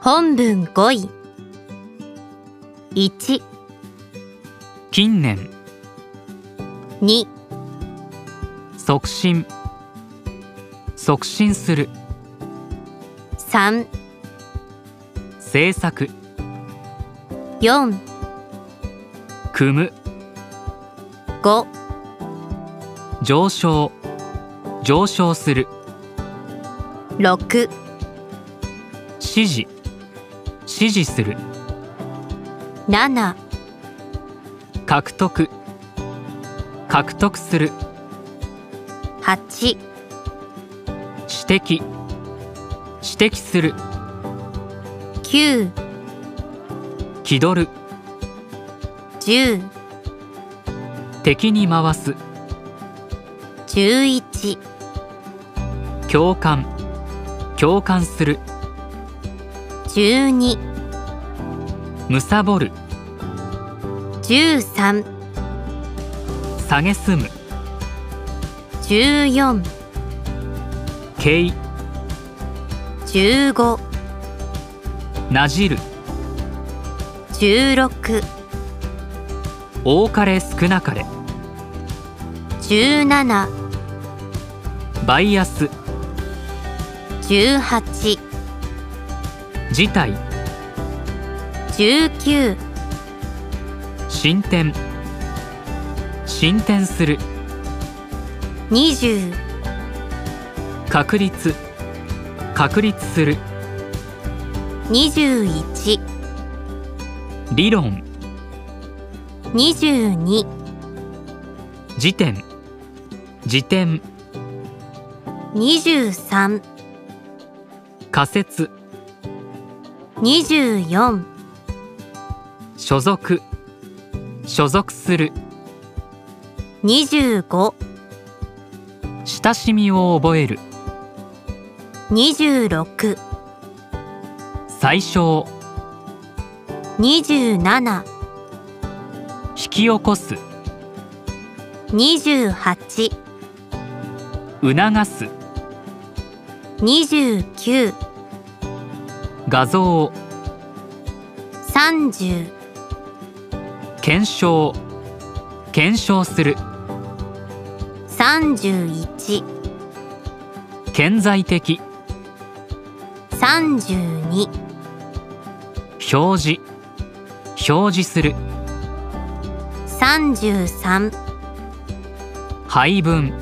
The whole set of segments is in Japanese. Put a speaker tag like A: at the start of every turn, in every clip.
A: 本文5位1、
B: 近年
A: 2、
B: 促進促進する
A: 3、
B: 政策
A: 4、
B: 組む
A: 5
B: 上昇上昇する、
A: 6
B: 支持支持する
A: 7
B: 獲得獲得する
A: 8
B: 指摘指摘する
A: 9 1
B: 気取る
A: 0
B: 敵に回す
A: 11
B: 共感共感する
A: 12
B: 貪る
A: 13
B: 蔑む
A: 14
B: 敬意
A: 15
B: なじる
A: 16
B: 多かれ少なかれ
A: 17
B: バイアス
A: 18
B: 事態
A: 19
B: 進展進展する
A: 20
B: 確立確立する
A: 21
B: 理論
A: 22
B: 辞典辞典
A: 23
B: 仮説
A: 24
B: 所属所属する
A: 25
B: 親しみを覚える
A: 26
B: 最小
A: 27
B: 引き起こす
A: 28
B: 促す
A: 29
B: 画像
A: 30
B: 検証検証する
A: 31
B: 顕在的
A: 32
B: 表示表示する
A: 33
B: 配分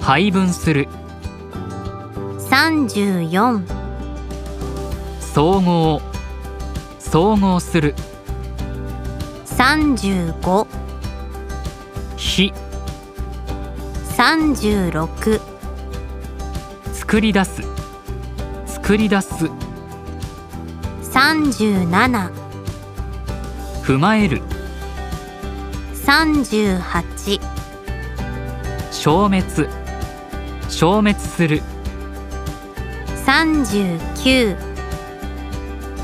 B: 配分する
A: 34
B: 総合総合する
A: 35
B: 非
A: 36
B: 作り出す作り出す
A: 37
B: 踏まえる
A: 38
B: 消滅消滅する
A: 39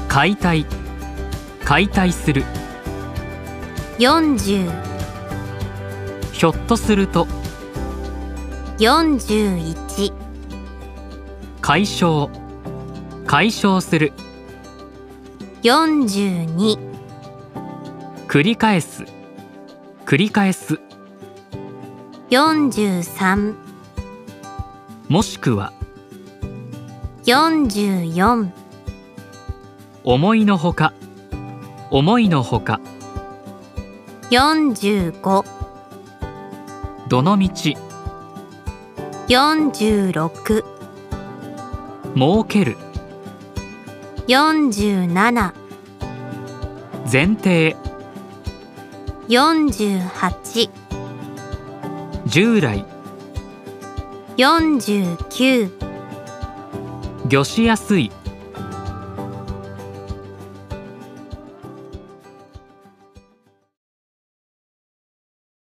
B: 解体解体する
A: 40
B: ひょっとすると
A: 41
B: 解消解消する
A: 42
B: 繰り返す繰り返す
A: 43
B: もしくは
A: 44
B: 思いのほか思いのほか
A: 45
B: どのみち
A: 46
B: 儲ける
A: 47
B: 前提
A: 48
B: 従来
A: 49
B: 魚しやすい